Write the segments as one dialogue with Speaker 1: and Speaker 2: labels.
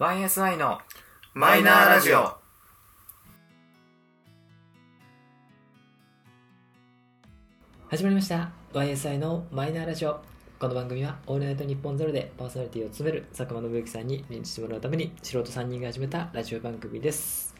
Speaker 1: YSI の
Speaker 2: マイナーラジオ。
Speaker 3: 始まりました YSI のマイナーラジオこの番組は「オールナイトニッポンゼロでパーソナリティを務める佐久間信之さんに認知してもらうために素人3人が始めたラジオ番組です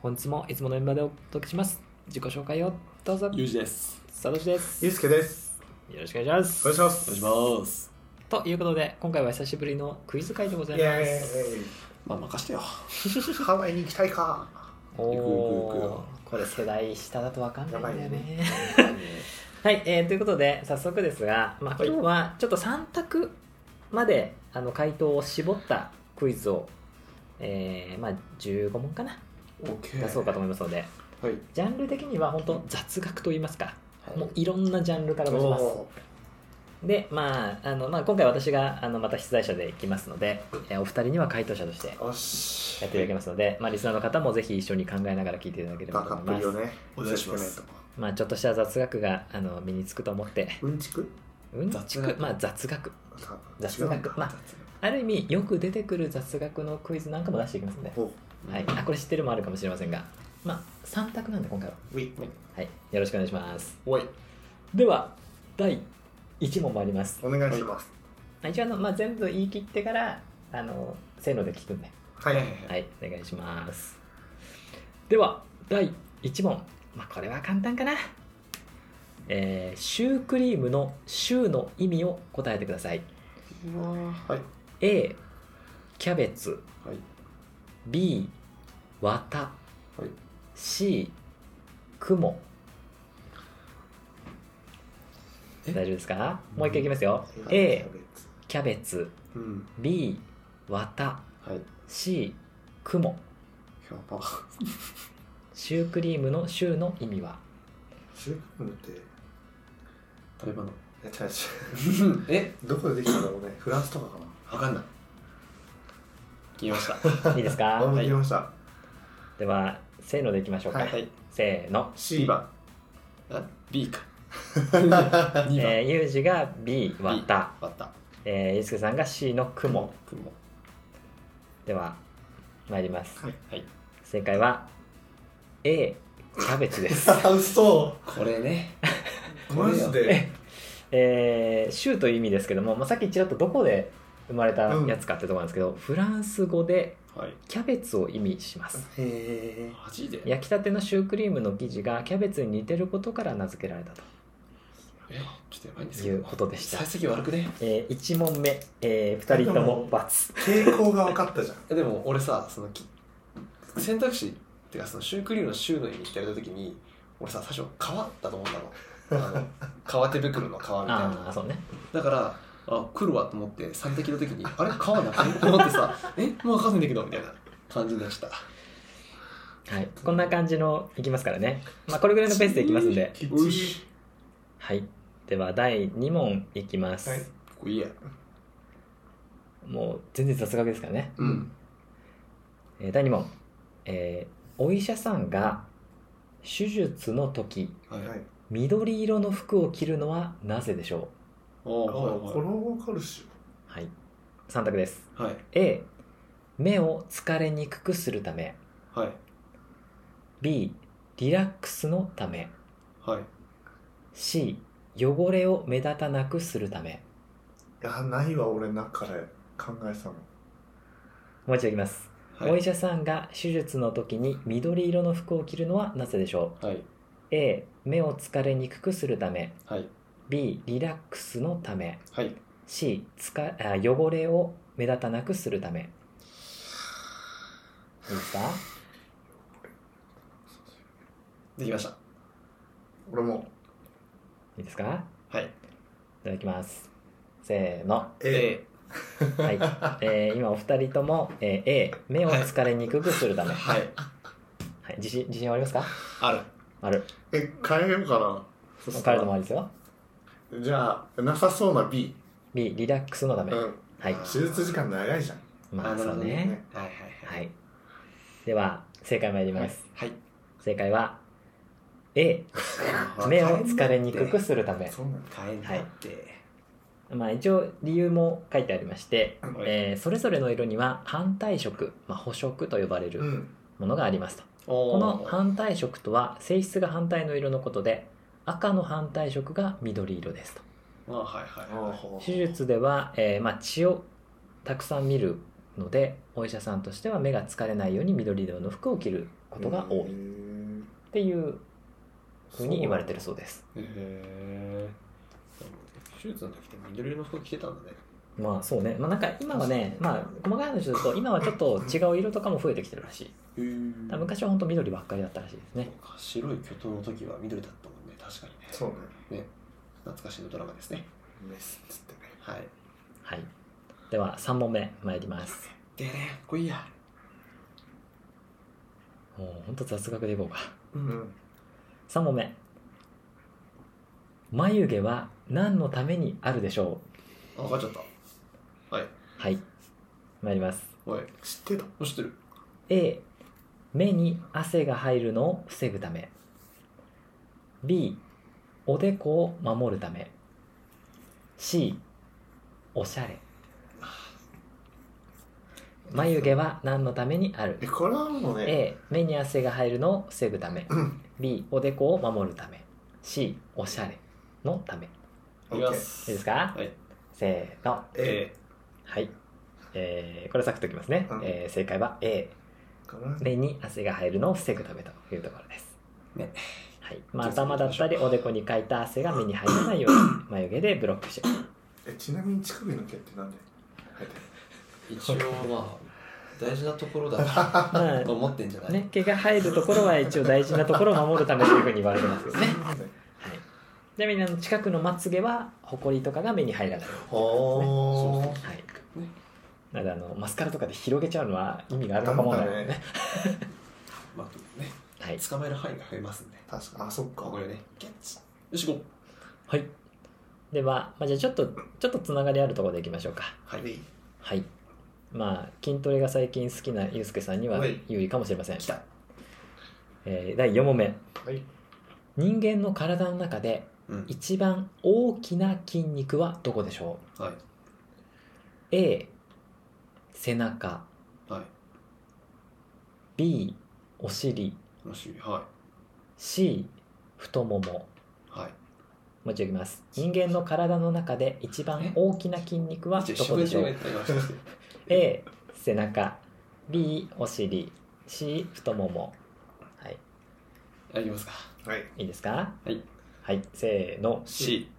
Speaker 3: 本日もいつものメンバーでお届けします自己紹介をどうぞ
Speaker 4: ゆうじです。
Speaker 3: サトシです
Speaker 2: ゆうすけです。
Speaker 3: よろしくお願いします
Speaker 2: お願いしま
Speaker 4: お願
Speaker 2: す。
Speaker 4: いします。
Speaker 3: ということで今回は久しぶりのクイズ会でござい
Speaker 2: イ
Speaker 3: ま
Speaker 2: エ
Speaker 3: す
Speaker 4: まあ、任してよ。
Speaker 2: ーイ。ハワイに行きたいか。
Speaker 3: お
Speaker 4: 行く行く行
Speaker 3: おーこれ世代下だとわかんないんだよ
Speaker 2: やばい
Speaker 3: ね はい、えーということで早速ですが、まあ、今日はちょっと3択まであの回答を絞ったクイズを、えーまあ、15問かな
Speaker 4: オッケー。
Speaker 3: 出そうかと思いますので
Speaker 4: はい。
Speaker 3: ジャンル的には本当雑学といいますか、
Speaker 4: はい
Speaker 3: もういろんなジャンルから出します
Speaker 2: お
Speaker 3: で、まああのまあ、今回私があのまた出題者でいきますので、えーお二人には回答者としてや
Speaker 2: ーよし。
Speaker 3: っていただきますので、まあ、リスナーの方もぜひ一緒に考えながら聞いていただければ
Speaker 2: バ
Speaker 3: と
Speaker 2: カ
Speaker 3: 思
Speaker 2: っ
Speaker 3: い
Speaker 2: ぷ
Speaker 3: ま
Speaker 2: りを
Speaker 3: す、
Speaker 2: ね。
Speaker 4: お願いします
Speaker 2: 教えてくれない
Speaker 3: まあ、ちょっとした雑学があの身につくと思って
Speaker 2: とうんちく
Speaker 3: うんち
Speaker 4: 雑
Speaker 3: く
Speaker 4: 学
Speaker 3: まあ雑学
Speaker 2: さ
Speaker 3: 雑
Speaker 2: 違うん
Speaker 3: 学
Speaker 2: だ
Speaker 3: まあある意味よく出てくる雑学のクイズなんかも出していきますので、
Speaker 2: お
Speaker 3: はい、あこれ知ってるもあるかもしれませんがまあ3択なんで今回は
Speaker 2: ウィ
Speaker 3: はいよろしくお願いします
Speaker 4: おい。
Speaker 3: では第1問もあります
Speaker 2: お願いします。
Speaker 3: 一応あの、まあ、全部言い切ってからあのせーので聞くんで
Speaker 2: はい。
Speaker 3: はいお願いしますでは第1問まあこれは簡単かなえー、シュークリームの「シュー」の意味を答えてください
Speaker 4: はい。
Speaker 3: A キャベツ
Speaker 4: はい。
Speaker 3: B 綿
Speaker 4: はい。
Speaker 3: C 雲
Speaker 4: え
Speaker 3: 大丈夫ですかもう一回いきますよ
Speaker 2: はい
Speaker 3: A キャベツ
Speaker 4: うん。
Speaker 3: B 綿
Speaker 4: はい。
Speaker 3: C 雲
Speaker 4: やば。
Speaker 3: シュークリームの「シュー」の意味は
Speaker 2: シュークリームって、い
Speaker 4: 食べ物。
Speaker 2: や違う
Speaker 4: え
Speaker 2: 違う。どこでできたんだろうね。フランスとかかな。
Speaker 4: わかんない。聞きました。
Speaker 3: いいです
Speaker 2: あ
Speaker 3: か、
Speaker 2: もう
Speaker 3: は
Speaker 2: 聞
Speaker 3: い
Speaker 2: きました。
Speaker 3: ではせーのでいきましょうか、
Speaker 2: はい
Speaker 4: はい。
Speaker 3: せーの、
Speaker 2: C 番。
Speaker 4: あ、B か。二番。
Speaker 3: えー、ユージが B 綿、
Speaker 4: わった。
Speaker 3: えー、ゆうすけさんが C の雲。
Speaker 4: 雲。
Speaker 3: では参ります、
Speaker 2: はい
Speaker 4: はい。
Speaker 3: 正解は A キャベツです
Speaker 2: あ、嘘。
Speaker 4: これね。
Speaker 2: マジで。
Speaker 3: えー、州という意味ですけども、まあ、さっきちらっとどこで生まれたやつかってところなんですけど、フランス語で
Speaker 4: はい。
Speaker 3: キャベツを意味します
Speaker 2: へ
Speaker 4: マジで。
Speaker 3: 焼きたてのシュークリームの生地がキャベツに似てることから名付けられた
Speaker 4: え、ちょっとやばいんです
Speaker 3: と
Speaker 4: け
Speaker 3: いう
Speaker 4: ど。
Speaker 3: ことでした
Speaker 4: 成、績悪くね。
Speaker 3: えー、1問目、え2人とも×
Speaker 2: ー傾向が分かったじゃん。
Speaker 4: えでも俺さそのき選択肢ってかそのシュークリームのシューの意味って言われた時に俺さ最初皮だと思ったのあの 革手袋の皮みたい
Speaker 3: ああ
Speaker 4: な
Speaker 3: そうね
Speaker 4: だからあ来るわと思って3滴の時にあれ皮なくねと思ってさ えもう分かんないんだけどみたいな感じでした
Speaker 3: はいこんな感じのいきますからね、まあ、これぐらいのペースでいきますんで
Speaker 2: き
Speaker 4: う
Speaker 2: ち
Speaker 4: し
Speaker 3: はいでは第2問いきます、
Speaker 2: はい
Speaker 4: こいいや
Speaker 3: もう全然雑学ですからね
Speaker 4: うん
Speaker 3: えー第2問、えーお医者さんが手術の時
Speaker 4: はい
Speaker 2: はい。
Speaker 3: 緑色の服を着るのはなぜでしょ
Speaker 4: お
Speaker 2: あ、
Speaker 4: ーはい
Speaker 2: これは分かるっし
Speaker 3: うはい3択です
Speaker 4: はい
Speaker 3: A 目を疲れにくくするため
Speaker 4: はい
Speaker 3: B リラックスのため
Speaker 4: はい
Speaker 3: C 汚れを目立たなくするため
Speaker 2: ょ。いや、ないわ、俺の中で考えてたの。
Speaker 3: もう一度いきます、
Speaker 4: はい
Speaker 3: お医者さんが手術の時に緑色の服を着るのはなぜでしょ
Speaker 4: はい、
Speaker 3: う A 目を疲れにくくするため
Speaker 4: はい、
Speaker 3: B リラックスのため
Speaker 4: はい、
Speaker 3: C つかあ汚れを目立たなくするためいいですか
Speaker 4: できました。
Speaker 2: 俺も。
Speaker 3: いいですか
Speaker 4: はい。
Speaker 3: いただきますせーの
Speaker 2: A。
Speaker 3: はい、えー今お二人とも、えー A 目を疲れにくくするため、はい
Speaker 4: はい、
Speaker 3: 自信自信はありますか
Speaker 4: ある。
Speaker 3: ある
Speaker 2: え、変えようかな。そした
Speaker 3: 彼
Speaker 2: ら
Speaker 3: ともありですよ
Speaker 2: じゃあ、なさそうな B。
Speaker 3: B リラックスのた
Speaker 2: う
Speaker 3: め、
Speaker 2: ん。
Speaker 3: はい
Speaker 2: 手術時間長いじゃん。
Speaker 3: まあ
Speaker 4: なる
Speaker 3: そ
Speaker 4: ほ
Speaker 3: う
Speaker 4: ど
Speaker 3: ね
Speaker 4: はい、はい、
Speaker 3: はいでは正解参ります、
Speaker 4: はい。
Speaker 3: 正解は A 目を疲れにくくするため
Speaker 2: そうなんだ。
Speaker 4: 変えんなって。
Speaker 3: まあ、一応理由も書いてありまして、
Speaker 4: はい
Speaker 3: えーそれぞれの色には反対色、まあ、補色と呼ばれ
Speaker 2: う
Speaker 3: る
Speaker 2: ん
Speaker 3: ものがありますと、
Speaker 4: こ
Speaker 3: この反対色とは性質が反対の色のことで赤の反対色が緑色ですと
Speaker 4: あはいはいはい
Speaker 3: 手術では、えーまあ、血をたくさん見るのでお医者さんとしては目が疲れないように緑色の服を着ることが多いっ
Speaker 2: い
Speaker 3: ていうふうに言われてるそうです
Speaker 4: へえ手術の時って緑色の服着てたんだね
Speaker 3: まあそうねまあなんか今はねまあ細かい話だと今はちょっと違う色とかも増えてきてるらしいだ
Speaker 4: へ
Speaker 3: から昔は本当緑ばっかりだったらしいですね
Speaker 4: 白い巨頭の時は緑だったもんね確かにね
Speaker 2: そうね
Speaker 4: 懐かしのドラマですね
Speaker 2: メスっつってね
Speaker 4: はい
Speaker 3: はいでは3問目参ります
Speaker 4: でねかっこいいや
Speaker 3: もうほんと雑学でいこうか
Speaker 4: う
Speaker 2: うんん
Speaker 3: 3問目眉毛は何のためにあるでしょ
Speaker 4: あ分かっちゃったはいう
Speaker 3: はい参ります
Speaker 4: はいも
Speaker 2: 知ってた
Speaker 4: う知ってる
Speaker 3: A 目に汗が入るのを防ぐため B おでこを守るため C おしゃれ眉毛は何のためにある
Speaker 2: えこれはもうね
Speaker 3: A 目に汗が入るのを防ぐため
Speaker 2: うん
Speaker 3: B おでこを守るため C おしゃれのためい
Speaker 4: いきます
Speaker 3: いですか、
Speaker 4: はい
Speaker 3: せーの
Speaker 2: え
Speaker 4: え
Speaker 3: はい、えーこれサクッといきますね、
Speaker 2: うん
Speaker 3: えー正解は A
Speaker 2: かな
Speaker 3: 目に汗が入るのを防ぐためというところです、
Speaker 4: ね
Speaker 3: はいまあ、頭だったりおでこにかいた汗が目に入らないように眉毛でブロック して
Speaker 2: えちなみに乳首の毛ってなんで生えてる
Speaker 4: 一応まあ大事なところだな
Speaker 3: ま
Speaker 4: と思ってんじゃな
Speaker 3: あ
Speaker 4: い、
Speaker 3: ね毛が生えるところは一応大事なところを守るためというふうに言われてますけどね、はい、ちなみにあの近くのまつげはほこりとかが目に入らない
Speaker 2: ほー
Speaker 3: はい
Speaker 4: ね
Speaker 3: なのであのマスカラとかで広げちゃうのは意味があるのかもない
Speaker 2: ダメだ
Speaker 3: ね
Speaker 2: ね
Speaker 4: まあね
Speaker 3: はい、
Speaker 4: 捕まえる範囲が増えますんで
Speaker 2: 確かあそっか
Speaker 4: これねキャッチよし行こう
Speaker 3: はい、では、まあ、じゃあちょっとちょっとつながりあるところでいきましょうか
Speaker 4: はい
Speaker 3: はい。まあ、筋トレが最近好きなゆうすけさんには
Speaker 2: はい
Speaker 3: 有利かもしれません。
Speaker 4: 来た
Speaker 3: えー第4問目。
Speaker 2: はい
Speaker 3: 人間の体の中で
Speaker 4: うん
Speaker 3: 一番大きな筋肉はどこでしょ
Speaker 4: はいう
Speaker 3: ?A、背中。
Speaker 4: はい
Speaker 3: B、お尻。
Speaker 4: もしは
Speaker 3: C、太もも。
Speaker 4: いはい
Speaker 3: もう一度いきます。人間の体の中で一番大きな筋肉は
Speaker 4: じゃあ
Speaker 3: ど
Speaker 4: 一
Speaker 3: こ
Speaker 4: 緒
Speaker 3: で
Speaker 4: に
Speaker 3: しょ
Speaker 4: 言
Speaker 3: う
Speaker 4: ったら今
Speaker 3: ?A、背中。B、お尻。C、太もも。はい。
Speaker 4: やりますか
Speaker 2: はい
Speaker 3: いいですか
Speaker 4: はい
Speaker 3: はい、せーの。
Speaker 4: C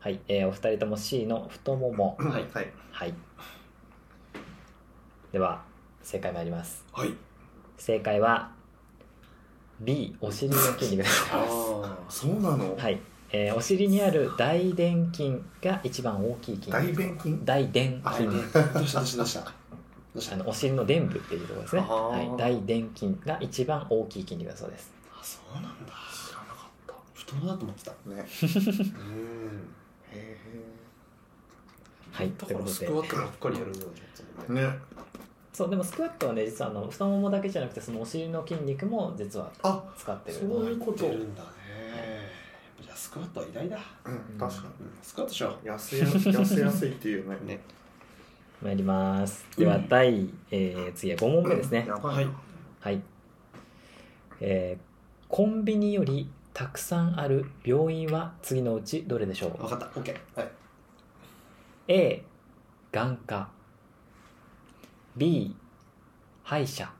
Speaker 3: はい、えーお二人とも C の太もも。
Speaker 4: はい
Speaker 2: はい
Speaker 3: はい。では、正解参ります。
Speaker 4: はい
Speaker 3: 正解は、B、お尻の筋肉です。
Speaker 4: あ
Speaker 2: そうなの
Speaker 3: はい、えーお尻にある大臀筋が一番大きい筋
Speaker 2: 大
Speaker 3: 肉。
Speaker 2: 便筋
Speaker 3: 大臀
Speaker 4: あ
Speaker 2: あ
Speaker 4: はいね
Speaker 3: 筋。
Speaker 4: どうしたどうしたどうしたどうし
Speaker 3: あ
Speaker 4: た
Speaker 3: のお尻の臀部っていうところですね。
Speaker 2: あー
Speaker 3: はい、大臀筋が一番大きい筋肉だそうです。
Speaker 4: あそうなんだ
Speaker 2: 知らなかっ
Speaker 4: 太ももだと思ってた
Speaker 2: たね
Speaker 4: うん
Speaker 2: へ
Speaker 3: はい、
Speaker 4: だ
Speaker 3: と
Speaker 4: か
Speaker 3: いうこ
Speaker 4: ら
Speaker 3: と
Speaker 4: ス
Speaker 3: で
Speaker 4: ク。ワットばっかりやるようになっちゃった
Speaker 2: え
Speaker 4: もんね
Speaker 2: ね
Speaker 3: そう、でもスクワットはね、実はあの太ももだけじゃなくて、そのお尻の筋肉も実は
Speaker 2: あ
Speaker 3: 使ってる。
Speaker 2: そういうこと
Speaker 4: やってるんだねやっぱじゃあスクワットは偉大だ
Speaker 2: うん確か
Speaker 4: うんスクワットしよ
Speaker 2: に痩せや痩せやすいって いうね
Speaker 4: うね
Speaker 3: 参ります。では、第、えー次は5問目ですね。
Speaker 2: やばいな
Speaker 3: はい。えーコンビニよりたくさんある病院は次のうちどれでしょう
Speaker 4: 分かった OK はい
Speaker 3: ?A、眼科。B、歯医者。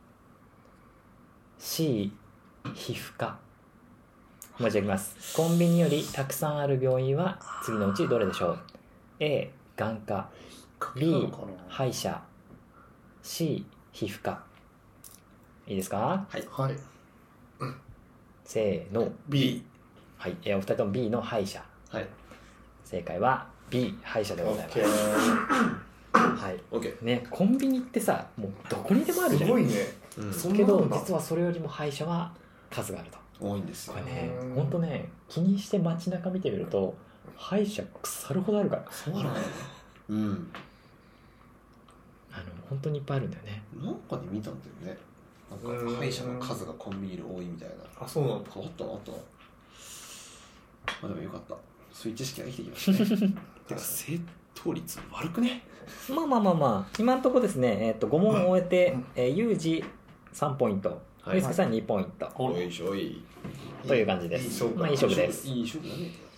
Speaker 3: C、皮膚科。もう一度いきます。コンビニよりたくさんある病院は次のうちどれでしょう ?A、眼科。B
Speaker 2: なのかな
Speaker 3: 歯医者 C 皮膚科いいですか
Speaker 2: はい
Speaker 3: せーの
Speaker 2: B
Speaker 3: はい、えーお二人とも B の歯医者
Speaker 4: はい
Speaker 3: 正解は B 歯医者でございます、
Speaker 2: ー
Speaker 3: はい
Speaker 4: OK
Speaker 3: ね、コンビニってさもうどこにでもあるじ
Speaker 2: す
Speaker 3: ゃん
Speaker 2: ごいね
Speaker 4: うん
Speaker 2: そん
Speaker 3: け
Speaker 2: な
Speaker 3: ど
Speaker 2: んだ
Speaker 3: 実はそれよりも歯医者は数があると
Speaker 4: 多いんですよ
Speaker 3: これね
Speaker 2: うん
Speaker 3: ほんとね気にして街中見てみると歯医者腐るほどあるから
Speaker 4: そうなんだ うん
Speaker 3: あの本当にいっぱいあるんだよね
Speaker 4: なんかで見たんだよねなん
Speaker 2: うん
Speaker 4: か歯医者の数がコンビニより多いみたいな
Speaker 2: あそうなんだ
Speaker 4: 変わったなあったなまあでもよかったそういう知識が生きてきましたね てか
Speaker 2: 確か
Speaker 4: 正答率悪くね
Speaker 3: まあまあまあまあ今のところですね、えっと5問終えて、えーユージ3ポイント
Speaker 4: はい
Speaker 3: ユースケさん2ポイント、
Speaker 4: おいしょい
Speaker 3: という感じです
Speaker 4: 勝負
Speaker 3: まあいい勝負です
Speaker 4: いい勝負だね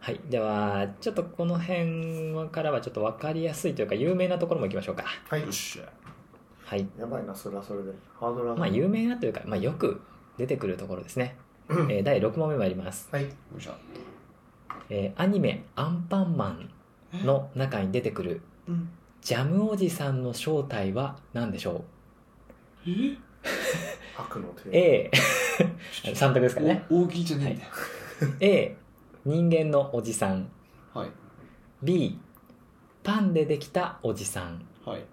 Speaker 3: はい、ではちょっとこの辺からはちょっと分かりやすいというか有名なところもいきましょうか
Speaker 2: はい
Speaker 4: よっしゃ
Speaker 3: はい
Speaker 2: やばいなそれはそれでハードル上
Speaker 3: ま
Speaker 2: が
Speaker 3: あ
Speaker 2: る
Speaker 3: 有名なというか、まあ、よく出てくるところですね、
Speaker 2: うん
Speaker 3: えー第6問目参ります、
Speaker 2: はい
Speaker 4: よっしゃ
Speaker 3: えーアニメ「アンパンマン」の中に出てくる
Speaker 4: うん
Speaker 3: ジャムおじさんの正体は何でしょ
Speaker 4: え
Speaker 2: 悪の手
Speaker 3: う A 3択ですからね
Speaker 4: お大喜利じゃねえんだよ
Speaker 3: A 人間のおじさん
Speaker 4: はい
Speaker 3: B パンでできたおじさん
Speaker 4: はい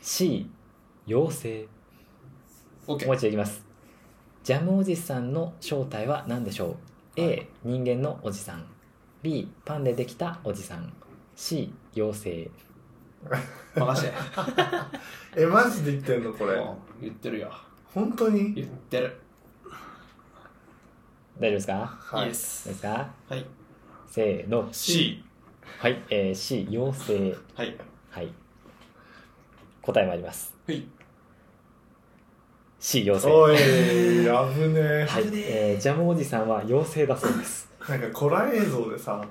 Speaker 3: C 妖精
Speaker 4: OK
Speaker 3: もう一度いきますジャムおじさんの正体は何でしょう、
Speaker 4: はい
Speaker 3: A 人間のおじさん B パンでできたおじさん C 妖精
Speaker 4: 任 せて
Speaker 2: えマジで言ってんのこれ
Speaker 4: もう言ってるよ
Speaker 2: 本当に
Speaker 4: 言ってる
Speaker 3: 大丈夫ですか
Speaker 2: はい
Speaker 3: い
Speaker 4: イエ
Speaker 3: いで
Speaker 4: ス
Speaker 3: すか
Speaker 4: はい
Speaker 3: せーの
Speaker 4: C
Speaker 3: はい、えー、C 妖精
Speaker 4: はい
Speaker 3: はい答えもあります
Speaker 4: はい
Speaker 3: C 妖精
Speaker 2: おい危ねえ
Speaker 3: はい、えー、ジャムおじさんは妖精だそうです
Speaker 2: なんかコラ映像でさ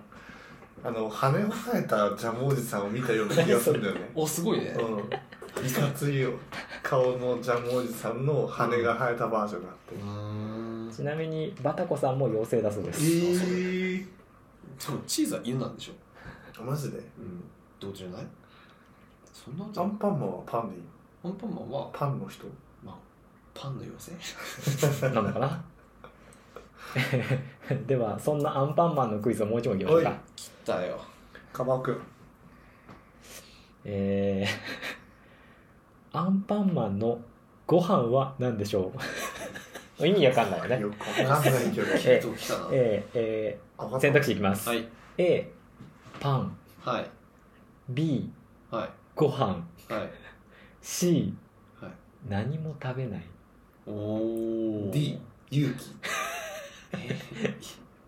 Speaker 2: あの羽を生えたジャムおじさんを見たような気がするんだよね
Speaker 4: おすごいね
Speaker 2: うんいかついよ顔のジャムおじさんの羽が生えたバージョンがあって
Speaker 4: うん
Speaker 3: ちなみにバタコさんも妖精だそうです、
Speaker 2: え
Speaker 4: そのチーズは犬なんでしょ
Speaker 2: ー、マジで
Speaker 4: うんどうじゃないそんなこと
Speaker 2: ア
Speaker 4: ない
Speaker 2: ンパンマンはパンでいいの
Speaker 4: アンパンマンは
Speaker 2: パンの人
Speaker 4: まあパンの妖 精
Speaker 3: なのかな ではそんなアンパンマンのクイズをもう一問いきましょう
Speaker 2: おい
Speaker 3: か
Speaker 4: 切ったよ
Speaker 2: カバくん
Speaker 3: えー、 アンパンマンのご飯は何でしょう 意味わかんないよね
Speaker 2: よくわかんないけど
Speaker 3: え
Speaker 4: どう来たな
Speaker 3: えーえ
Speaker 2: あ
Speaker 3: ー
Speaker 2: わかった
Speaker 3: 選択肢いきます、
Speaker 4: はい
Speaker 3: A パン
Speaker 4: はい
Speaker 3: B
Speaker 4: は
Speaker 3: ご飯
Speaker 4: いはい
Speaker 3: C
Speaker 4: はい
Speaker 3: 何も食べない
Speaker 4: おお
Speaker 2: D 勇気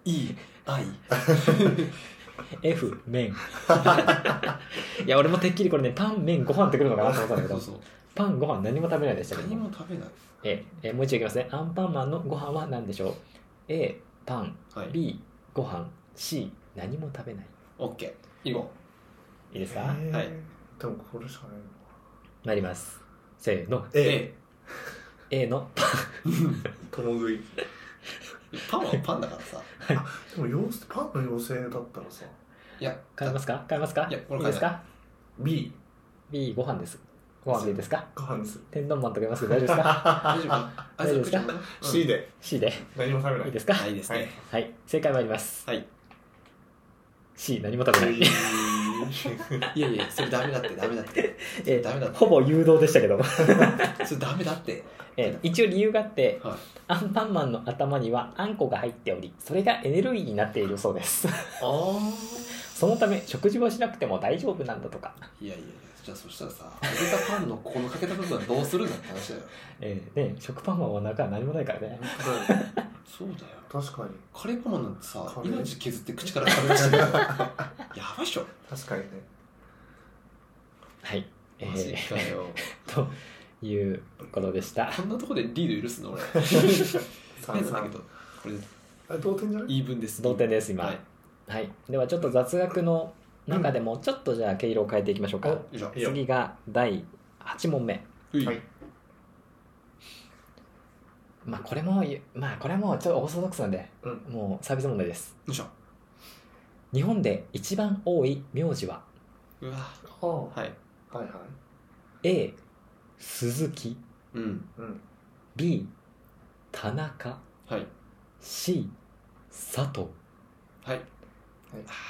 Speaker 4: E I
Speaker 3: F 麺いや俺もてっきりこれねパン麺ご飯ってくるのかなと思ったんだけ
Speaker 4: そ
Speaker 3: ど
Speaker 4: うそう
Speaker 3: パンご飯何も食べないでしたけど
Speaker 4: 何も食べない
Speaker 3: ええもう一度いきますねアンパンマンのご飯は何でしょう A パン
Speaker 4: はい
Speaker 3: B ご飯 C 何も食べない
Speaker 4: オッケーいこ
Speaker 3: いいです
Speaker 2: え
Speaker 3: か、
Speaker 2: ー
Speaker 4: はい
Speaker 2: でもこれしかないの
Speaker 3: なりますせーの
Speaker 4: う
Speaker 2: A
Speaker 3: A の
Speaker 2: 共食い
Speaker 4: パンはパンだからさ
Speaker 2: でも妖精パンの妖精だったらさ
Speaker 4: いや
Speaker 3: 変えますか変えますか
Speaker 4: いやこれ
Speaker 3: いですか
Speaker 2: B
Speaker 3: B ご飯ですご飯でいいですか
Speaker 2: ご飯にする
Speaker 3: 天丼マンとかいますけど大丈夫です か
Speaker 4: 大丈夫あ
Speaker 3: 大丈夫ですか
Speaker 4: それ口 調
Speaker 2: C で
Speaker 3: C で
Speaker 2: 何も食べない
Speaker 3: い
Speaker 2: い
Speaker 3: いですか
Speaker 4: うんはいいですね
Speaker 3: はい正解参ります
Speaker 4: はい
Speaker 3: C 何も食 べない、
Speaker 4: いやいやそれダメだってダメだって
Speaker 3: え
Speaker 4: ダメだって
Speaker 3: ほぼ誘導でしたけど、
Speaker 4: それダメだって
Speaker 3: え一応理由があって
Speaker 4: はい
Speaker 3: アンパンマンの頭にはあんこが入っておりそれがエネルギーになっているそうです
Speaker 4: あ
Speaker 3: そのため食事をしなくても大丈夫なんだとか、
Speaker 4: いやいやじゃあそしたらさ揚げたパンのここのかけた部分はどうするんだって話だよ
Speaker 3: えーね、食パンマンは中は何もないからね
Speaker 4: そうだよ
Speaker 2: 確かに
Speaker 4: カレーパンなんてさ
Speaker 2: カレー
Speaker 4: 命削って口から食べ 出してるよやばいっしょ
Speaker 2: 確かにね
Speaker 3: はい、え
Speaker 4: マジ
Speaker 3: ー、
Speaker 4: かよ
Speaker 3: ということでした
Speaker 4: こんなとこでリード許すの俺
Speaker 2: さ
Speaker 4: 変だけどこれ
Speaker 2: あ同点じゃない
Speaker 4: 言い分です
Speaker 3: 同点です今は
Speaker 4: はい
Speaker 3: い、ではちょっと雑学の中でもちょっとじゃあ毛色を変えていきましょうか、
Speaker 2: お
Speaker 4: 以上
Speaker 2: いいよ
Speaker 3: 次が第8問目
Speaker 4: はい
Speaker 2: はい
Speaker 3: まあこれもまあこれもちょっとオーソドックスなんで、
Speaker 2: うん
Speaker 3: もうサービス問題です
Speaker 4: よいしょ
Speaker 3: 日本で一番多い名字は
Speaker 4: うわ
Speaker 2: あは
Speaker 4: はい
Speaker 2: いはい
Speaker 3: A 鈴木
Speaker 4: うん
Speaker 2: うん
Speaker 3: B 田中
Speaker 4: はい
Speaker 3: C 佐藤
Speaker 4: はい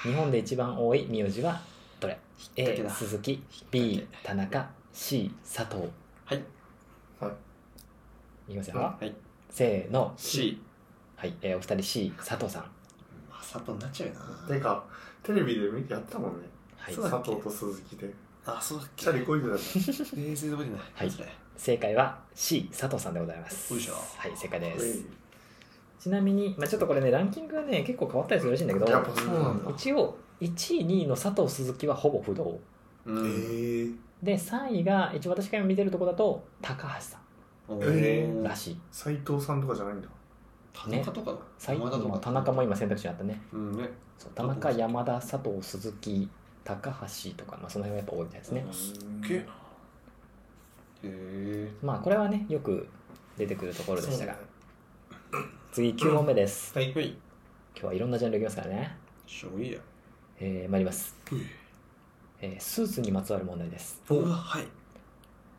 Speaker 3: 日本で一番多い名字はどれ
Speaker 4: っ掛け
Speaker 3: A
Speaker 4: だ
Speaker 3: 鈴木
Speaker 4: 引っ
Speaker 3: B
Speaker 4: 掛
Speaker 3: 田中 C 佐藤
Speaker 4: はい
Speaker 2: はい
Speaker 3: いきますよ、
Speaker 2: うん
Speaker 4: はい
Speaker 3: せーの
Speaker 4: C
Speaker 3: はい、えーお二人 C 佐藤さん
Speaker 4: まあ佐藤になっちゃうよ
Speaker 2: て
Speaker 4: な
Speaker 2: かテレビで見てやってたもんね
Speaker 3: はい
Speaker 4: そうだ
Speaker 2: 佐
Speaker 4: っけ
Speaker 2: 藤と鈴木で
Speaker 4: あそうだっけ
Speaker 2: チャリ こいでたじ
Speaker 4: 冷静で覚えてない
Speaker 3: はい
Speaker 4: それ
Speaker 3: 正解は C 佐藤さんでございます
Speaker 4: よいしょ
Speaker 3: はい正解
Speaker 2: ゃん
Speaker 3: です
Speaker 2: え
Speaker 3: ちなみに、まあ、ちょっとこれねランキングがね結構変わったりするらしいんだけ
Speaker 2: いやっ
Speaker 3: ど
Speaker 2: ぱそうなんだ
Speaker 3: 一応1位2位の佐藤鈴木はほぼ不動
Speaker 4: う
Speaker 2: え
Speaker 4: ん
Speaker 2: ー、
Speaker 3: で3位が一応私が今見てるとこだと高橋さ
Speaker 4: お
Speaker 2: え
Speaker 4: ー
Speaker 3: んらしい
Speaker 2: 斎藤さんとかじゃないんだ
Speaker 4: 田中とかな
Speaker 3: 最
Speaker 4: 山田と
Speaker 3: 後
Speaker 4: か
Speaker 3: 田中も今選択肢にあったね
Speaker 4: うんね
Speaker 3: そう田中山田佐藤鈴木高橋とか、まあ、その辺はやっぱ多いみたいですね、
Speaker 4: すっげえなへえ
Speaker 3: まあこれはねよく出てくるところでしたが次9問目です、
Speaker 4: はいはい
Speaker 3: 今日はいろんなジャンルいきますからね
Speaker 4: 将棋や
Speaker 3: えー、参ります、
Speaker 4: うえ
Speaker 3: えースーツにまつわる問題です
Speaker 4: うわはい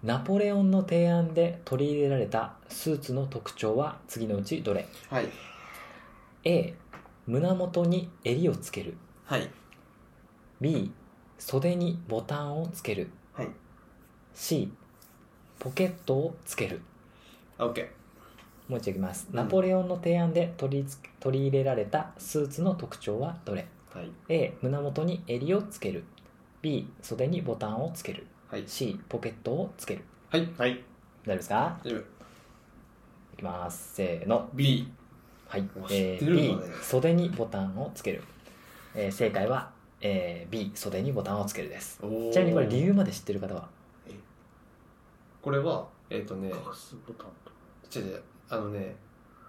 Speaker 3: ナポレオンの提案で取り入れられたスーツの特徴は次のうちどれ
Speaker 4: はい
Speaker 3: A 胸元に襟をつける
Speaker 4: はい
Speaker 3: B 袖にボタンをつける
Speaker 4: はい
Speaker 3: C ポケットをつける
Speaker 4: オッケ
Speaker 3: もう一度いきます、ナポレオンの提案で取りつ取り入れられたスーツの特徴はどれ
Speaker 4: ーはい
Speaker 3: A 胸元に襟をつける B 袖にボタンをつける
Speaker 4: はい
Speaker 3: C ポケットをつける
Speaker 4: はい
Speaker 2: はい
Speaker 3: 大丈夫ですか
Speaker 4: 大丈夫
Speaker 3: いきますせーの
Speaker 4: B
Speaker 3: はい
Speaker 4: お、
Speaker 3: え
Speaker 4: 知って
Speaker 3: ー、
Speaker 4: るん
Speaker 3: B
Speaker 4: だね
Speaker 3: 袖にボタンをつける、えー正解は、えー B 袖にボタンをつけるです
Speaker 4: おー
Speaker 3: ちなみにこれ理由まで知ってる方は
Speaker 4: これはえっ、とね
Speaker 2: ガスボタンと
Speaker 4: 違う違うあのね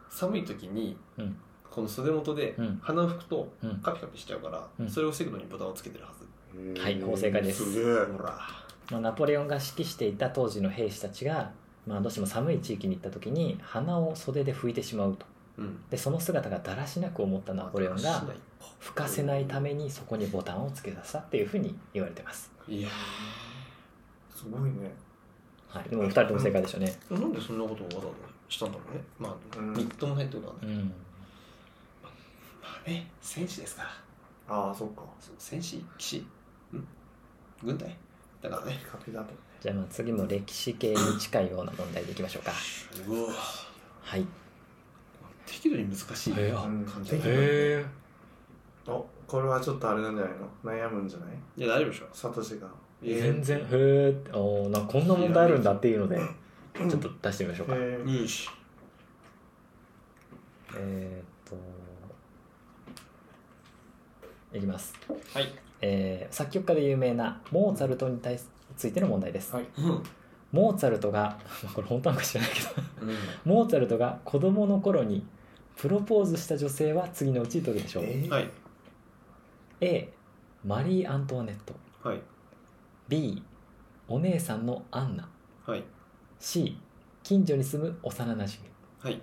Speaker 4: 寒い時に、
Speaker 3: うん
Speaker 4: この袖元で
Speaker 3: うん
Speaker 4: 鼻を拭くと
Speaker 3: うん
Speaker 4: カピカピしちゃうから、
Speaker 3: うん
Speaker 4: それを防ぐのにボタンをつけてるはず、
Speaker 3: はいもう正解です
Speaker 2: すげえ
Speaker 4: ほら
Speaker 3: まあナポレオンが指揮していた当時の兵士たちが、まあ、どうしても寒い地域に行った時に鼻を袖で拭いてしまうと
Speaker 4: うん
Speaker 3: でその姿がだらしなく思ったナポレオン
Speaker 4: しな
Speaker 3: が吹かせないためにそこにボタンをつけたさっていうふうに言われてます、
Speaker 4: いいや
Speaker 2: すごいね
Speaker 3: はい、でもお二人とも正解でしたね
Speaker 4: ーなんでそんなことをわざわざしたんだろうねまあ
Speaker 2: うん
Speaker 4: みっともないってことはね、
Speaker 3: うん
Speaker 4: まあね戦士ですから
Speaker 2: ああそっか
Speaker 4: そう戦士騎士うん軍隊だからね
Speaker 2: ピカピカだと
Speaker 3: じゃあまあ次も歴史系に近いような問題でいきましょうか
Speaker 4: うわ
Speaker 3: はい
Speaker 4: 適度に難し
Speaker 3: へ
Speaker 4: い
Speaker 3: ー
Speaker 4: 感じだ
Speaker 2: へ
Speaker 4: ね
Speaker 2: えあこれはちょっとあれなんじゃないの悩むんじゃない
Speaker 4: いや大丈夫でしょ
Speaker 2: サトシが
Speaker 3: 全然へえおーなんかこんな問題あるんだっていうのでちょっと出してみましょうか、え
Speaker 2: えー
Speaker 4: よし
Speaker 3: ーっといきます、
Speaker 4: はい
Speaker 3: えー作曲家で有名なモーツァルトに対すついての問題です、
Speaker 2: はい
Speaker 4: うん
Speaker 3: モーツァルトが これ本当なのか知らないけど
Speaker 4: うん
Speaker 3: モーツァルトが子供の頃にプロポーズした女性は次のうちどれでしょう、
Speaker 2: えー
Speaker 4: はい。
Speaker 3: A マリー・アントワネット
Speaker 4: はい。
Speaker 3: B お姉さんのアンナ
Speaker 4: はい。
Speaker 3: C 近所に住む幼なじみ
Speaker 4: はい。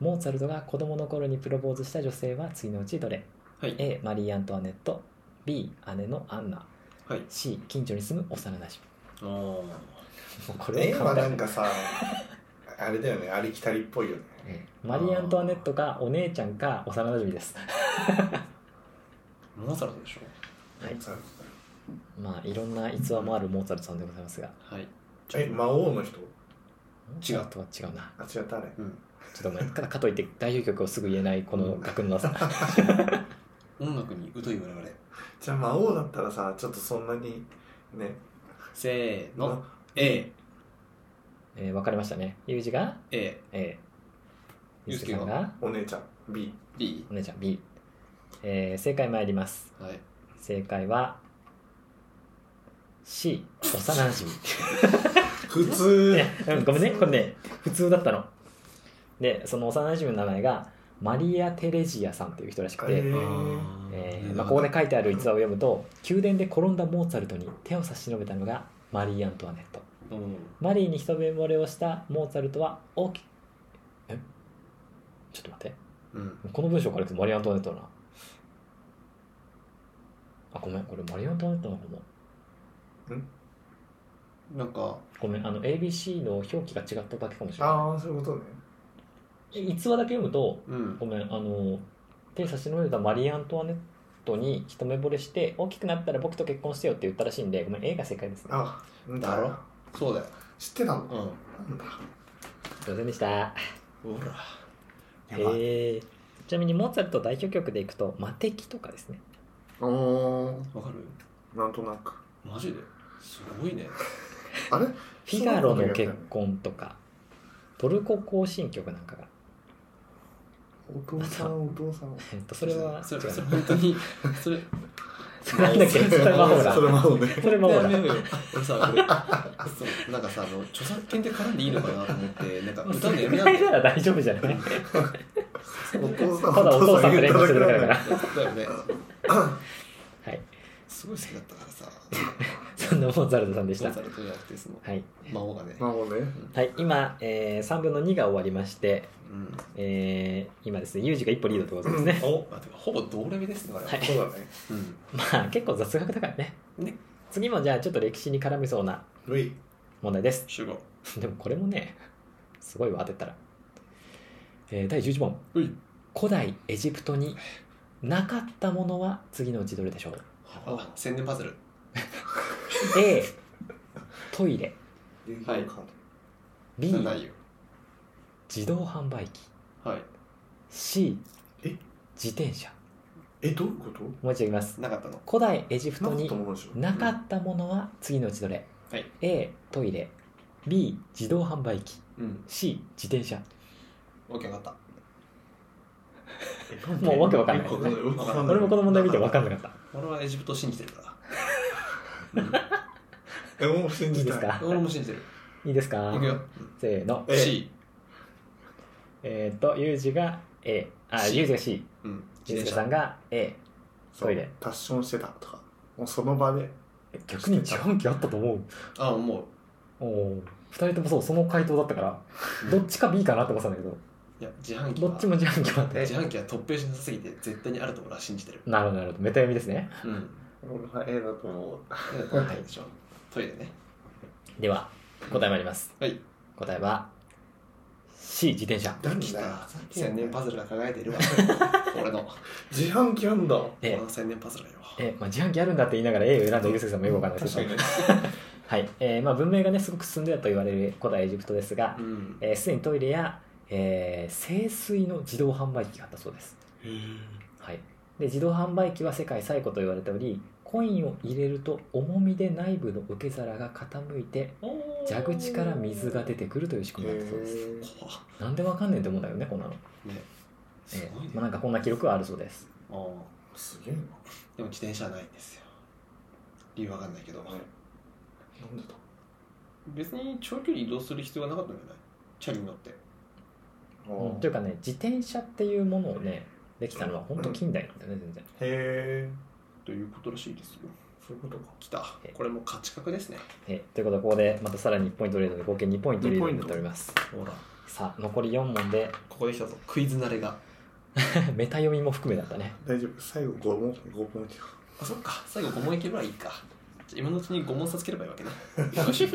Speaker 3: モーツァルトが子供の頃にプロポーズした女性は次のうちどれ
Speaker 4: はい。
Speaker 3: A マリー・アントワネット B 姉のアンナ
Speaker 4: はい。
Speaker 3: C 近所に住む幼なじ
Speaker 4: あ
Speaker 3: み
Speaker 4: あ。
Speaker 3: もうこれ
Speaker 2: 絵
Speaker 3: は
Speaker 2: は
Speaker 3: 簡単
Speaker 2: なんかさあれだよねありきたりっぽいよね
Speaker 3: ええマリー・アントワネットかお姉ちゃんか幼なじみです
Speaker 4: モーツァルトでしょ
Speaker 3: はい
Speaker 2: さ
Speaker 3: まあいろんな逸話もあるモーツァルトさんでございますが
Speaker 4: はい。
Speaker 2: え魔王の人
Speaker 3: 違うとは違うな
Speaker 2: あ違ったあれ
Speaker 4: うん。
Speaker 3: ちょっとごめんかかといって代表曲をすぐ言えないこの額のなさ
Speaker 4: 音楽に疎い我々。
Speaker 2: じゃあ魔王だったらさちょっとそんなにね
Speaker 4: せーの。A。
Speaker 3: えー、分かりましたねユージが
Speaker 4: A。
Speaker 3: A ユー
Speaker 4: ユース
Speaker 3: スケ
Speaker 4: ケが
Speaker 3: さんが
Speaker 2: お姉ちゃん B
Speaker 4: D。
Speaker 3: お姉ちゃん B、えー正解参ります
Speaker 4: はい。
Speaker 3: 正解は C 幼なじみ
Speaker 2: 普通
Speaker 3: いやうんごめんねこれね普通だったのでその幼なじみの名前がマリア・テレジアさんっていう人らしく
Speaker 2: へ
Speaker 3: て、
Speaker 2: ー
Speaker 3: えーまあ、ここで書いてある逸話を読むと宮殿で転んだモーツァルトに手を差し伸べたのがマリー・アントワネット
Speaker 4: うん。
Speaker 3: マリーに一目惚れをしたモーツァルトは大きえちょっと待って
Speaker 4: うん。
Speaker 3: この文章からいくとマリー・アントワネットだなあごめんこれマリー・アントワネットなのかも
Speaker 4: なんか、
Speaker 3: ごめんあの ABC の表記が違っただけかもしれな
Speaker 2: ああそういうことね
Speaker 3: い逸話だけ読むと
Speaker 4: うん
Speaker 3: ご。めんあの手差し伸べたマリー・アントワネットに一目惚れして大きくなったら僕と結婚してよって言ったらしいんでごめん A が正解ですね
Speaker 2: あなん
Speaker 4: だろそうだよ。
Speaker 2: 知ってたの
Speaker 4: うん。
Speaker 2: なんだ
Speaker 3: すいませんでした
Speaker 4: ほら。
Speaker 3: えーちなみにモーツァルト代表曲でいくと「魔敵」とかですね
Speaker 2: お
Speaker 4: わかる
Speaker 2: なんとなく
Speaker 4: マジで。すごいね。
Speaker 2: あれ
Speaker 3: 「フィガロの結婚」とか「トルコ行進曲」なんかが
Speaker 2: お父さんお父さん
Speaker 3: えっと、それは
Speaker 4: それ
Speaker 3: 違う
Speaker 4: それ本当にそれ
Speaker 3: なんだっけそれ魔法だ
Speaker 2: それ魔法ね
Speaker 3: それもほら
Speaker 4: やめようよ俺さこれそうなんかさあの著作権で絡んでいいのかなと思ってなんか歌うのやめ
Speaker 3: ぐ
Speaker 4: な
Speaker 3: ら
Speaker 4: ん
Speaker 3: い
Speaker 4: だ
Speaker 3: なら
Speaker 4: よ
Speaker 3: 大丈夫じゃない
Speaker 2: お父さん
Speaker 3: ただお父さんと連
Speaker 2: 言っ
Speaker 3: 呼して
Speaker 2: た
Speaker 3: るだ
Speaker 2: だ
Speaker 3: け
Speaker 2: け
Speaker 3: だ
Speaker 2: だ
Speaker 3: か
Speaker 2: からら
Speaker 4: だよね
Speaker 3: はい
Speaker 4: すごい好きだったからさ
Speaker 3: そんなモーツァルトさんでし
Speaker 4: モ
Speaker 3: た
Speaker 4: ーツァルトじゃなくてその
Speaker 3: はい、
Speaker 4: 魔王がね
Speaker 2: 魔法ね
Speaker 3: はい、今、えー、3分の2が終わりまして、
Speaker 4: うん
Speaker 3: えー、今ですねユージが一歩リードってことですね、
Speaker 4: おあてかほぼ同レベですねこれ
Speaker 3: はい
Speaker 2: そうだね
Speaker 4: うん
Speaker 3: まあ結構雑学だからね
Speaker 4: ね
Speaker 3: 次もじゃあちょっと歴史に絡みそうな
Speaker 2: ルイ
Speaker 3: 問題です
Speaker 4: 集合
Speaker 3: でもこれもねすごいわ当てたら、えー第11問
Speaker 4: うい
Speaker 3: 古代エジプトになかったものは次のうちどれでしょう
Speaker 4: あ千年パズル
Speaker 3: A トイレ
Speaker 4: はい
Speaker 3: B
Speaker 4: それないよ
Speaker 3: 自動販売機
Speaker 4: はい
Speaker 3: C
Speaker 2: え
Speaker 3: 自転車
Speaker 2: えどういうこと
Speaker 3: もう一度言います
Speaker 4: なかったの
Speaker 3: 古代エジプト
Speaker 2: なかっ
Speaker 3: に
Speaker 2: たものでしょ
Speaker 3: なかったものは次のうちどれ、
Speaker 4: はい
Speaker 3: A トイレ B 自動販売機
Speaker 4: うん
Speaker 3: C 自転車
Speaker 4: オッケー分かっ
Speaker 3: もうわけわかんない
Speaker 2: よくわかんないよくわかんない
Speaker 3: 俺もこの問題見て分かんなかった
Speaker 4: た俺はエジプトを信じてるか
Speaker 2: えもう信
Speaker 3: いい
Speaker 2: じ
Speaker 3: で
Speaker 2: た
Speaker 3: す
Speaker 4: ら
Speaker 3: か
Speaker 4: 俺も信じてる
Speaker 3: いいですか
Speaker 4: いくよ
Speaker 3: せーの
Speaker 4: C
Speaker 3: えーっとユージが A あ
Speaker 4: C
Speaker 3: ユージが C
Speaker 4: うん
Speaker 3: ユ
Speaker 4: 自
Speaker 3: ー
Speaker 4: 転
Speaker 3: ジさ
Speaker 4: 車
Speaker 3: んが A
Speaker 2: そう
Speaker 3: トイレ
Speaker 2: タッションしてたとかもうその場で
Speaker 3: 逆に自販機あったと思う
Speaker 4: あも
Speaker 3: おお2人ともそうその回答だったから
Speaker 4: う
Speaker 3: どっちか B かなって思ってたんだけ
Speaker 4: いや自販機
Speaker 3: ど
Speaker 4: は
Speaker 3: どっちも自販機もあって
Speaker 4: 自販機は突拍子なさすぎて絶対にあると俺は信じてる
Speaker 3: なるほどなるほどメタ読みですね
Speaker 4: うん
Speaker 2: 俺は A だと思う
Speaker 4: トイレでしょトイレね
Speaker 3: では答え参ります
Speaker 4: はい
Speaker 3: 答えは C 自転車
Speaker 2: 誰
Speaker 4: 来た
Speaker 2: だ
Speaker 4: 千年パズルが輝いてい るわ俺の
Speaker 2: 自販機あんだ
Speaker 3: ええ
Speaker 4: 俺の千年パズルよ
Speaker 3: えまあ、自販機あるんだって言いながら A を選んだユースケさんもよくわかんないですけど、はいえーまあ、文明がねすごく進んでたと言われる古代エジプトですが
Speaker 4: う、ん
Speaker 3: えーすでにトイレや、えー清水の自動販売機があったそうです、はい、で自動販売機は世界最古と言われておりコインを入れると重みで内部の受け皿が傾いて蛇口から水が出てくるという仕 組みだったそうです
Speaker 2: え
Speaker 4: 怖っ
Speaker 3: なんでわかんねえって思うんだよねこんなの、
Speaker 4: ね
Speaker 3: え
Speaker 4: すごい
Speaker 3: ーまあ、な
Speaker 4: ね
Speaker 3: んかこんな記録はあるそうです
Speaker 4: あー
Speaker 2: すげえな
Speaker 4: でも自転車はないんですよ理由わかんないけど
Speaker 2: なんでだ
Speaker 4: 別に長距離移動する必要がなかったんじゃないチャリに乗って
Speaker 3: うん、というかね自転車っていうものをねできたのは本当近代なんだよね全然
Speaker 2: へえ
Speaker 4: ということらしいですよ
Speaker 2: そういうことか
Speaker 4: 来た
Speaker 3: え
Speaker 4: これもう価値格ですね
Speaker 3: えということでここでまたさらに1ポイントリードで合計2ポイントリードになっております
Speaker 4: ほら
Speaker 3: さあ残り4問で
Speaker 4: ここで来たぞクイズ慣れが
Speaker 3: メタ読みも含めだったね
Speaker 2: 大丈夫最後5問5問いけば
Speaker 4: あそっか最後5問いけばいいかじゃあ今のうちに5問さつければいいわけねよし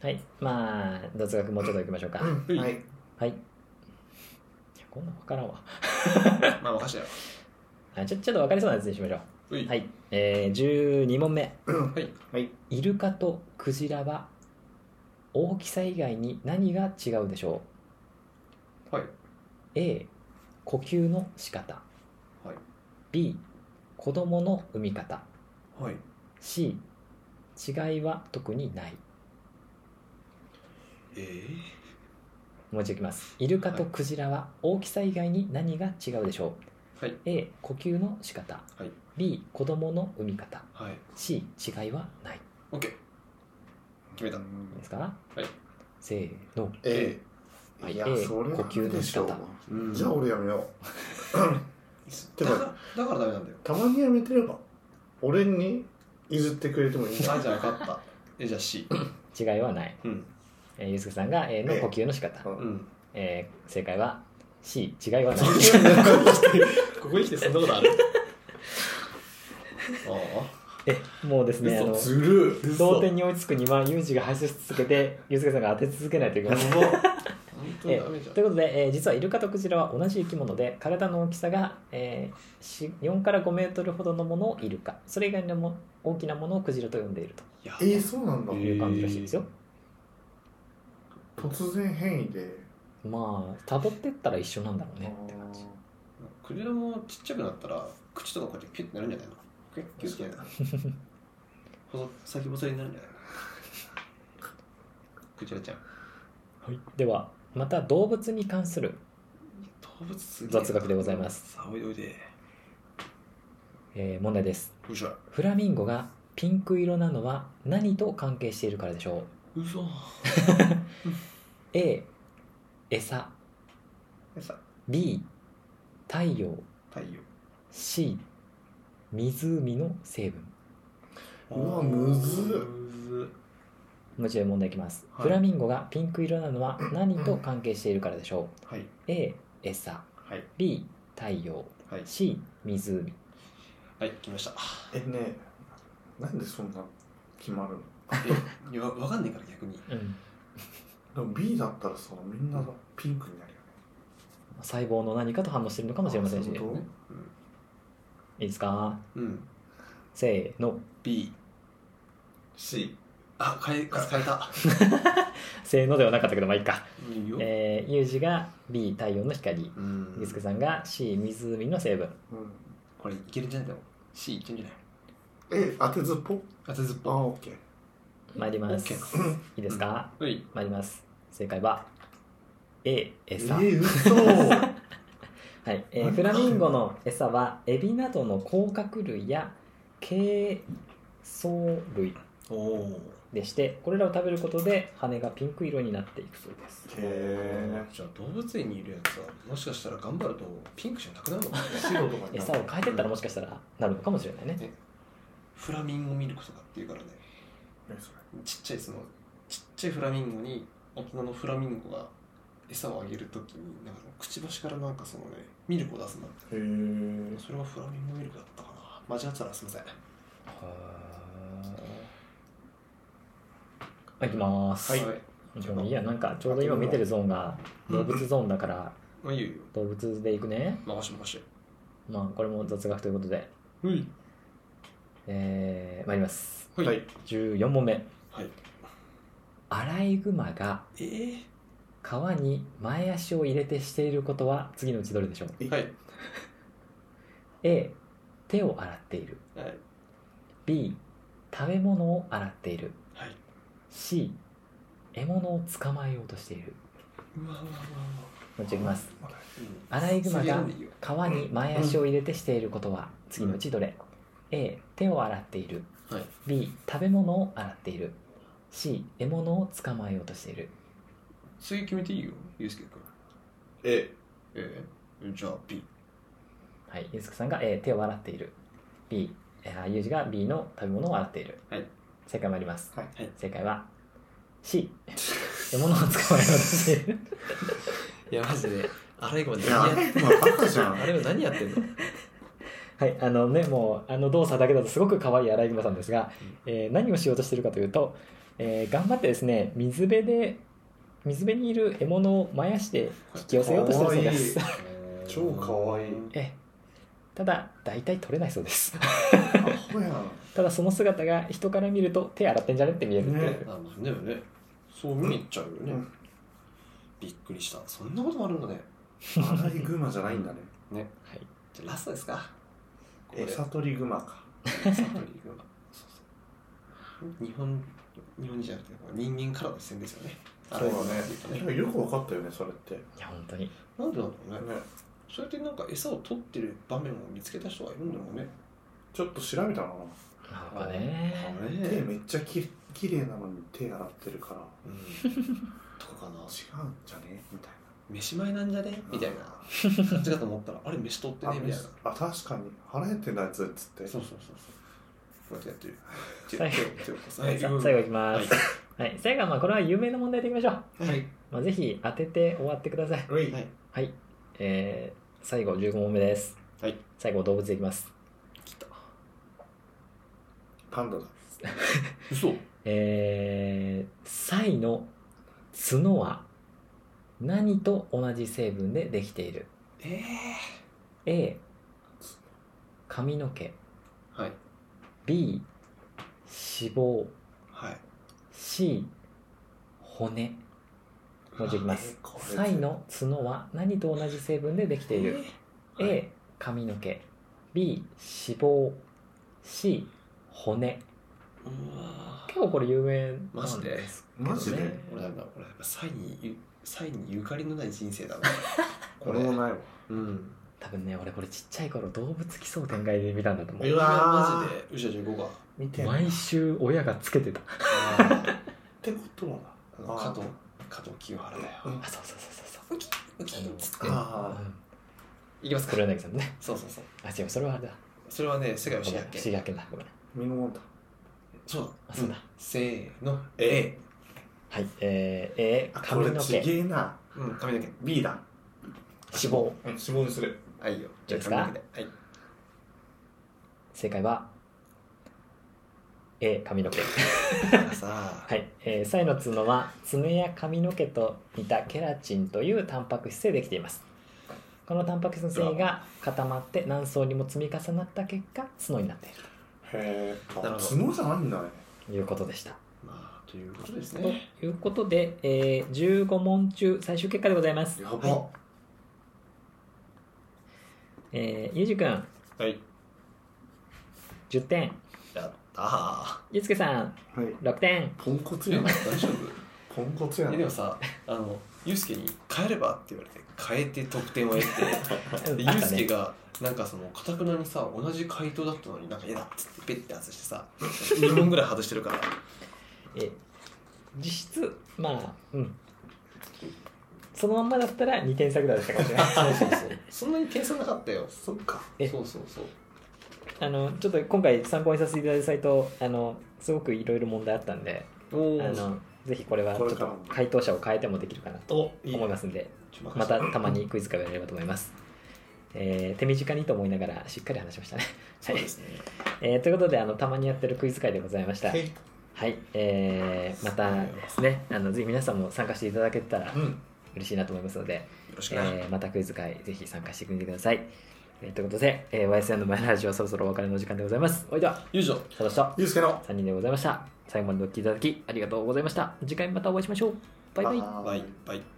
Speaker 3: はいまあ雑学もうちょっといきましょうか、
Speaker 2: うんはい
Speaker 3: はいいやこんなん分からんわ
Speaker 4: まあ任せたよ
Speaker 3: あちょちょっと分かりそうなやつにしましょ
Speaker 4: ういう
Speaker 3: はいえー、12問目
Speaker 4: はい
Speaker 2: はい
Speaker 3: イルカとクジラは大きさ以外に何が違うでしょ
Speaker 4: はいう
Speaker 3: A 呼吸の仕方
Speaker 4: はい
Speaker 3: B 子供の産み方
Speaker 4: はい
Speaker 3: C 違いは特にない
Speaker 4: え
Speaker 3: もう一度いきますイルカとクジラは大きさ以外に何が違うでしょ
Speaker 4: えはい、
Speaker 3: う A 呼吸の仕方、
Speaker 4: はい
Speaker 3: B 子供の産み方
Speaker 4: はい
Speaker 3: C 違いはない
Speaker 4: オッケー決めた
Speaker 3: いいですかはいせーの
Speaker 2: A
Speaker 3: はい
Speaker 2: いや
Speaker 3: A
Speaker 2: それ
Speaker 3: 呼吸の仕方
Speaker 2: ダメでしょ
Speaker 4: うん
Speaker 2: じゃあ俺やめよう て
Speaker 4: だ
Speaker 2: か
Speaker 4: からだからダメなんだよ
Speaker 2: たまにやめてれば俺に譲ってくれてもいいんじゃ
Speaker 4: あ
Speaker 2: ない
Speaker 4: じゃあ分かったえじゃあ C
Speaker 3: 違いはない、
Speaker 4: うん
Speaker 3: えー、ゆうすけさんが A の呼吸の仕方、
Speaker 2: うん
Speaker 4: うん
Speaker 3: えー正解は C 違いはない
Speaker 4: ここに来てそんなことある あ
Speaker 3: えもうですねあ
Speaker 4: 嘘
Speaker 3: の
Speaker 2: ずるい
Speaker 3: 同点に追いつくにはユージが敗走し続けてユうスケさんが当て続けないといけ
Speaker 4: やば
Speaker 3: ま
Speaker 4: っ
Speaker 3: せん
Speaker 4: 本当に
Speaker 3: え
Speaker 4: ダメじゃん
Speaker 3: ということで、えー実はイルカとクジラは同じ生き物で体の大きさが、えーし4から5メートルほどのものをイルカそれ以外のも大きなものをクジラと呼んでいる
Speaker 4: やば
Speaker 2: えー、そうなんだ、
Speaker 3: という感じらしいですよ、
Speaker 2: 突然変異で
Speaker 3: まあ辿ってったら一緒なんだろうねって感じ
Speaker 2: あ
Speaker 4: クジラもちっちゃくなったら口とかこうやってキュッてなるんじゃないのキュッキュッてなる細先細りになるんじゃないのクジラちゃん
Speaker 3: ではまた動物に関する
Speaker 4: 物すげえな
Speaker 3: 雑学でございます、
Speaker 4: さあおいでおいで
Speaker 3: えー問題です
Speaker 4: うしゃ
Speaker 3: フラミンゴがピンク色なのは何と関係しているからでしょ
Speaker 4: うそう
Speaker 3: う A 餌
Speaker 4: さ
Speaker 3: B 太陽
Speaker 4: 太陽
Speaker 3: C 湖の成分
Speaker 2: うわむずっ
Speaker 4: む
Speaker 3: もう一度問題いきます、
Speaker 4: はい
Speaker 3: フラミンゴがピンク色なのは何と関係しているからでしょ
Speaker 4: ずはいう
Speaker 3: A 餌
Speaker 4: はい
Speaker 3: B 太陽
Speaker 4: はい
Speaker 3: C 湖
Speaker 4: はい来ました
Speaker 2: えねえなんでそんな決まるの
Speaker 4: えいやわかんないから逆に
Speaker 3: うん
Speaker 2: でも B だったらさみんなピンクになるよね
Speaker 3: 細胞の何かと反応してるのかもしれませんし
Speaker 2: あそうい
Speaker 3: ね
Speaker 2: うこ
Speaker 3: いいですか
Speaker 4: うん
Speaker 3: せーの
Speaker 4: B
Speaker 2: C
Speaker 4: あ変え変えた
Speaker 3: せーのではなかったけどまあいいか
Speaker 4: いいよ
Speaker 3: えー、ユージが B 太陽の光
Speaker 4: うん
Speaker 3: リスケさんが C 湖の成分
Speaker 2: うん
Speaker 4: これいけるんじゃないでも C いけるんじゃない
Speaker 2: え当てずっぽ
Speaker 4: 当てずっ
Speaker 2: あ
Speaker 4: ぽ
Speaker 2: オッケー
Speaker 3: 参ります
Speaker 4: OK
Speaker 3: いいですか
Speaker 4: はい
Speaker 3: 参ります正解は A
Speaker 2: え
Speaker 3: 餌、
Speaker 2: ー、 嘘
Speaker 3: はいえーフラミンゴの餌はエビなどの甲殻類や珪藻類
Speaker 4: おお
Speaker 3: でしてこれらを食べることで羽がピンク色になっていくそうです
Speaker 2: へ
Speaker 4: じゃあ動物園にいるやつはもしかしたら頑張るとピンクじゃなくなるのかもね
Speaker 2: え白とかにな
Speaker 3: 餌を変えてったらもしかしたらなるのかもしれないね
Speaker 4: フラミンゴミルクとかっていうからね
Speaker 2: えそれ
Speaker 4: ちっちゃいそのちっちゃいフラミンゴに大人のフラミンゴが餌をあげるときになんかそのくちばしからなんかそのねミルクを出すんだって
Speaker 2: へえ
Speaker 4: それはフラミンゴミルクだったかな間違ってたらすいません
Speaker 3: はい行きます、
Speaker 4: は
Speaker 3: でもいいやなんかちょうど今見てるゾーンが動物ゾーンだから
Speaker 4: まあいいよいいよ
Speaker 3: 動物でいくね
Speaker 4: 任して任して
Speaker 3: まあこれも雑学ということで
Speaker 4: はい
Speaker 3: えー、参ります
Speaker 4: はい、
Speaker 2: はい
Speaker 3: 14問目
Speaker 4: はい
Speaker 3: アライグマが
Speaker 4: えー
Speaker 3: 川に前足を入れてしていることは次のうちどれでしょう
Speaker 4: はい
Speaker 3: A 手を洗っている
Speaker 4: はい
Speaker 3: B 食べ物を洗っている
Speaker 4: はい
Speaker 3: C 獲物を捕まえようとしている
Speaker 4: うわうわうわうわ
Speaker 3: もう一度いきます
Speaker 4: うん
Speaker 3: アライグマ
Speaker 4: 次選
Speaker 3: が
Speaker 4: んでいいよ
Speaker 3: 川に前足を入れてしていることは次のうちどれ A 手を洗っている
Speaker 4: はい
Speaker 3: B 食べ物を洗っている C 獲物を捕まえようとしている
Speaker 4: 次決めていいよゆうすけくん
Speaker 2: A
Speaker 4: えー、じゃあ B
Speaker 3: はいゆうすくさんが A 手を洗っている B えーゆうじが B の食べ物を洗っている、
Speaker 4: はい
Speaker 3: 正解参ります、
Speaker 2: はい
Speaker 4: はい
Speaker 3: 正解は C 獲物を捕まえようとしている
Speaker 4: いやマジでアライグマ
Speaker 2: いやまあバカじゃん
Speaker 4: れは何やってんの
Speaker 3: はいあのねもうあの動作だけだとすごく可愛いアライグマさんですが、えー何をしようとしているかというと、えー頑張ってですね水辺で水辺にいる獲物を前足で引き寄せようとしてるそうです
Speaker 2: か超かわいい
Speaker 3: ええただ大体取れないそうです
Speaker 2: アホやん
Speaker 3: ただその姿が人から見ると手洗ってんじゃねって見えるっていう、
Speaker 2: ね
Speaker 4: あまあでもねそう見に行っちゃうよね、
Speaker 2: うん
Speaker 4: びっくりしたそんなこともあるんだね
Speaker 2: アライグマじゃないん だね
Speaker 3: はい、
Speaker 4: じゃあラストですかこれ
Speaker 2: 餌取りグマか
Speaker 4: サプリグマそうそう日本日本人じゃなくて人間からの視線ですよねアライグマっていうとね
Speaker 2: いやよくわかったよねそれってね
Speaker 3: いや本当に
Speaker 4: なんでなんだろうねそうやってなんか餌を取ってる場面を見つけた人がいるんだろうね
Speaker 2: ちょっと調べたのか
Speaker 3: なんかね
Speaker 4: あれ
Speaker 2: な手めっちゃききれいなのに手洗ってるから
Speaker 4: うんとかかな
Speaker 2: 違うんじゃねみたい
Speaker 4: 飯前なんじゃねみたいな感じかと思ったらあれ飯取って
Speaker 2: なあ
Speaker 4: ねみたいな
Speaker 2: あ確かに腹減ってんだやつっつって
Speaker 4: そうそうそうそうこうやってやってる手を手を手をこうさ
Speaker 3: はいさ最後いきます、はい最後はまあこれは有名な問題でいきましょう、
Speaker 4: はいはい
Speaker 3: まあ、ぜひ当てて終わってください
Speaker 2: おい
Speaker 4: はい
Speaker 3: はいえー、最後15問目です
Speaker 4: はい
Speaker 3: 最後動物でいきます
Speaker 4: 来た
Speaker 2: パンダだ
Speaker 4: 嘘
Speaker 3: えー、サイの角は何と同じ成分でできている
Speaker 4: え
Speaker 3: A 髪の毛
Speaker 4: ー、はい
Speaker 3: B 脂肪
Speaker 4: はい
Speaker 3: C 骨もう一度いきます
Speaker 2: えこれ
Speaker 3: サイの角は何と同じ成分でできている、
Speaker 4: えー
Speaker 3: A 髪の毛 B 脂肪 C 骨
Speaker 4: うわ
Speaker 3: 結構これ有名
Speaker 4: マ
Speaker 3: な
Speaker 4: ジ
Speaker 3: ん
Speaker 4: で
Speaker 3: です
Speaker 2: マジで
Speaker 4: 俺なんだ俺なんかサイにゆサイにゆかりのない人生だな こ
Speaker 2: こ
Speaker 4: れ
Speaker 2: れ
Speaker 4: も
Speaker 2: も
Speaker 4: な
Speaker 2: ない
Speaker 4: わうん
Speaker 3: 多分ね俺これちっちゃい頃動物奇想天外で見たんだと思
Speaker 4: 映
Speaker 3: う
Speaker 2: う
Speaker 4: 画
Speaker 2: わー
Speaker 4: マジでウシャ15か
Speaker 2: 見てんな
Speaker 3: 毎週親がつけ てた
Speaker 4: あ
Speaker 2: ってことは
Speaker 4: の
Speaker 2: あー
Speaker 4: 加藤加藤清原だよ
Speaker 2: うん
Speaker 3: あそうそうそうそうそう
Speaker 4: ウキ
Speaker 3: あの
Speaker 4: つって
Speaker 2: あ
Speaker 3: うん
Speaker 4: いきますか
Speaker 3: 黒柳さんのね
Speaker 4: そうそうそう
Speaker 3: あ違うそれはあれだ
Speaker 4: それはね世界を知り合っ
Speaker 3: 不思
Speaker 4: け
Speaker 3: 議発見だごめん
Speaker 2: 見のもんだ
Speaker 4: そう
Speaker 3: あそうだ
Speaker 4: んせーの
Speaker 2: え
Speaker 3: はいえー、えー、
Speaker 2: あこ
Speaker 3: 髪
Speaker 2: れ
Speaker 3: の
Speaker 2: ち
Speaker 3: 毛
Speaker 2: げえな
Speaker 4: うん髪の毛
Speaker 2: B だ
Speaker 3: 脂肪
Speaker 2: うん死亡にする
Speaker 4: はいよ
Speaker 3: いいですか
Speaker 4: 髪の毛ではい
Speaker 3: 正解は A 髪の毛
Speaker 4: だからさ
Speaker 3: はい、えー、サイの角は爪や髪の毛と似たケラチンというタンパク質でできていますこのタンパク質の繊維が固まって何層にも積み重なった結果角になっている
Speaker 2: へえ
Speaker 4: なるほど
Speaker 2: 角じゃないんだね
Speaker 3: ということでした
Speaker 4: まあということですね
Speaker 3: ということで、えー、15問中最終結果でございます
Speaker 2: や
Speaker 3: はい
Speaker 2: ば
Speaker 3: えー、ゆうじくん
Speaker 4: はい
Speaker 3: 10点
Speaker 4: やったー
Speaker 3: ゆうつけさん
Speaker 2: はい
Speaker 3: 6点
Speaker 2: ポンコツや
Speaker 4: 強
Speaker 2: な
Speaker 4: かった大丈夫
Speaker 2: ポンコツや
Speaker 4: えで
Speaker 2: な
Speaker 4: もさあのユうスケに「変えれば?」って言われて変えて得点を得てで
Speaker 3: あっ
Speaker 4: ユう
Speaker 3: た
Speaker 4: スケ
Speaker 3: ね
Speaker 4: がなんかそのかたくなにさ同じ回答だったのになんか「えだ」っつってペッて外してさ2問ぐらい外してるから
Speaker 3: えー実質まあうんそのまんまだったら2点差ぐらいだったかもしれない
Speaker 4: そうそうそうそんなに点数なかったよ
Speaker 2: そっか
Speaker 3: え
Speaker 4: そうそうそう
Speaker 3: あのちょっと今回参考にさせていただいたサイトあのすごくいろいろ問題あったんであ
Speaker 4: おー
Speaker 3: のぜひこれはちょっ
Speaker 2: これから
Speaker 3: と
Speaker 2: も
Speaker 3: 回答者を変えてもできるかなと
Speaker 2: おいいね
Speaker 3: 思いますんで
Speaker 4: ちょ任せ
Speaker 3: またたまにクイズ会をやれればと思います、えー手短にと思いながらしっかり話しましたね、
Speaker 4: そうですね
Speaker 3: えーということであのたまにやってるクイズ会でございました
Speaker 2: はい
Speaker 3: はい、えーまたですねあのぜひ皆さんも参加していただけたら
Speaker 2: うん
Speaker 3: 嬉しいなと思いますので
Speaker 4: よろしくな、
Speaker 3: えーまたクイズ会ぜひ参加してみてください、えーということで、えー YSN の前のラジオそろそろお別れの時間でございますおいでは
Speaker 4: 以上
Speaker 3: 佐藤と
Speaker 2: ゆうすけの
Speaker 3: 3人でございました最後までお聞きいただきありがとうございました次回またお会いしましょうバイバイ
Speaker 2: はーい
Speaker 4: バイバイ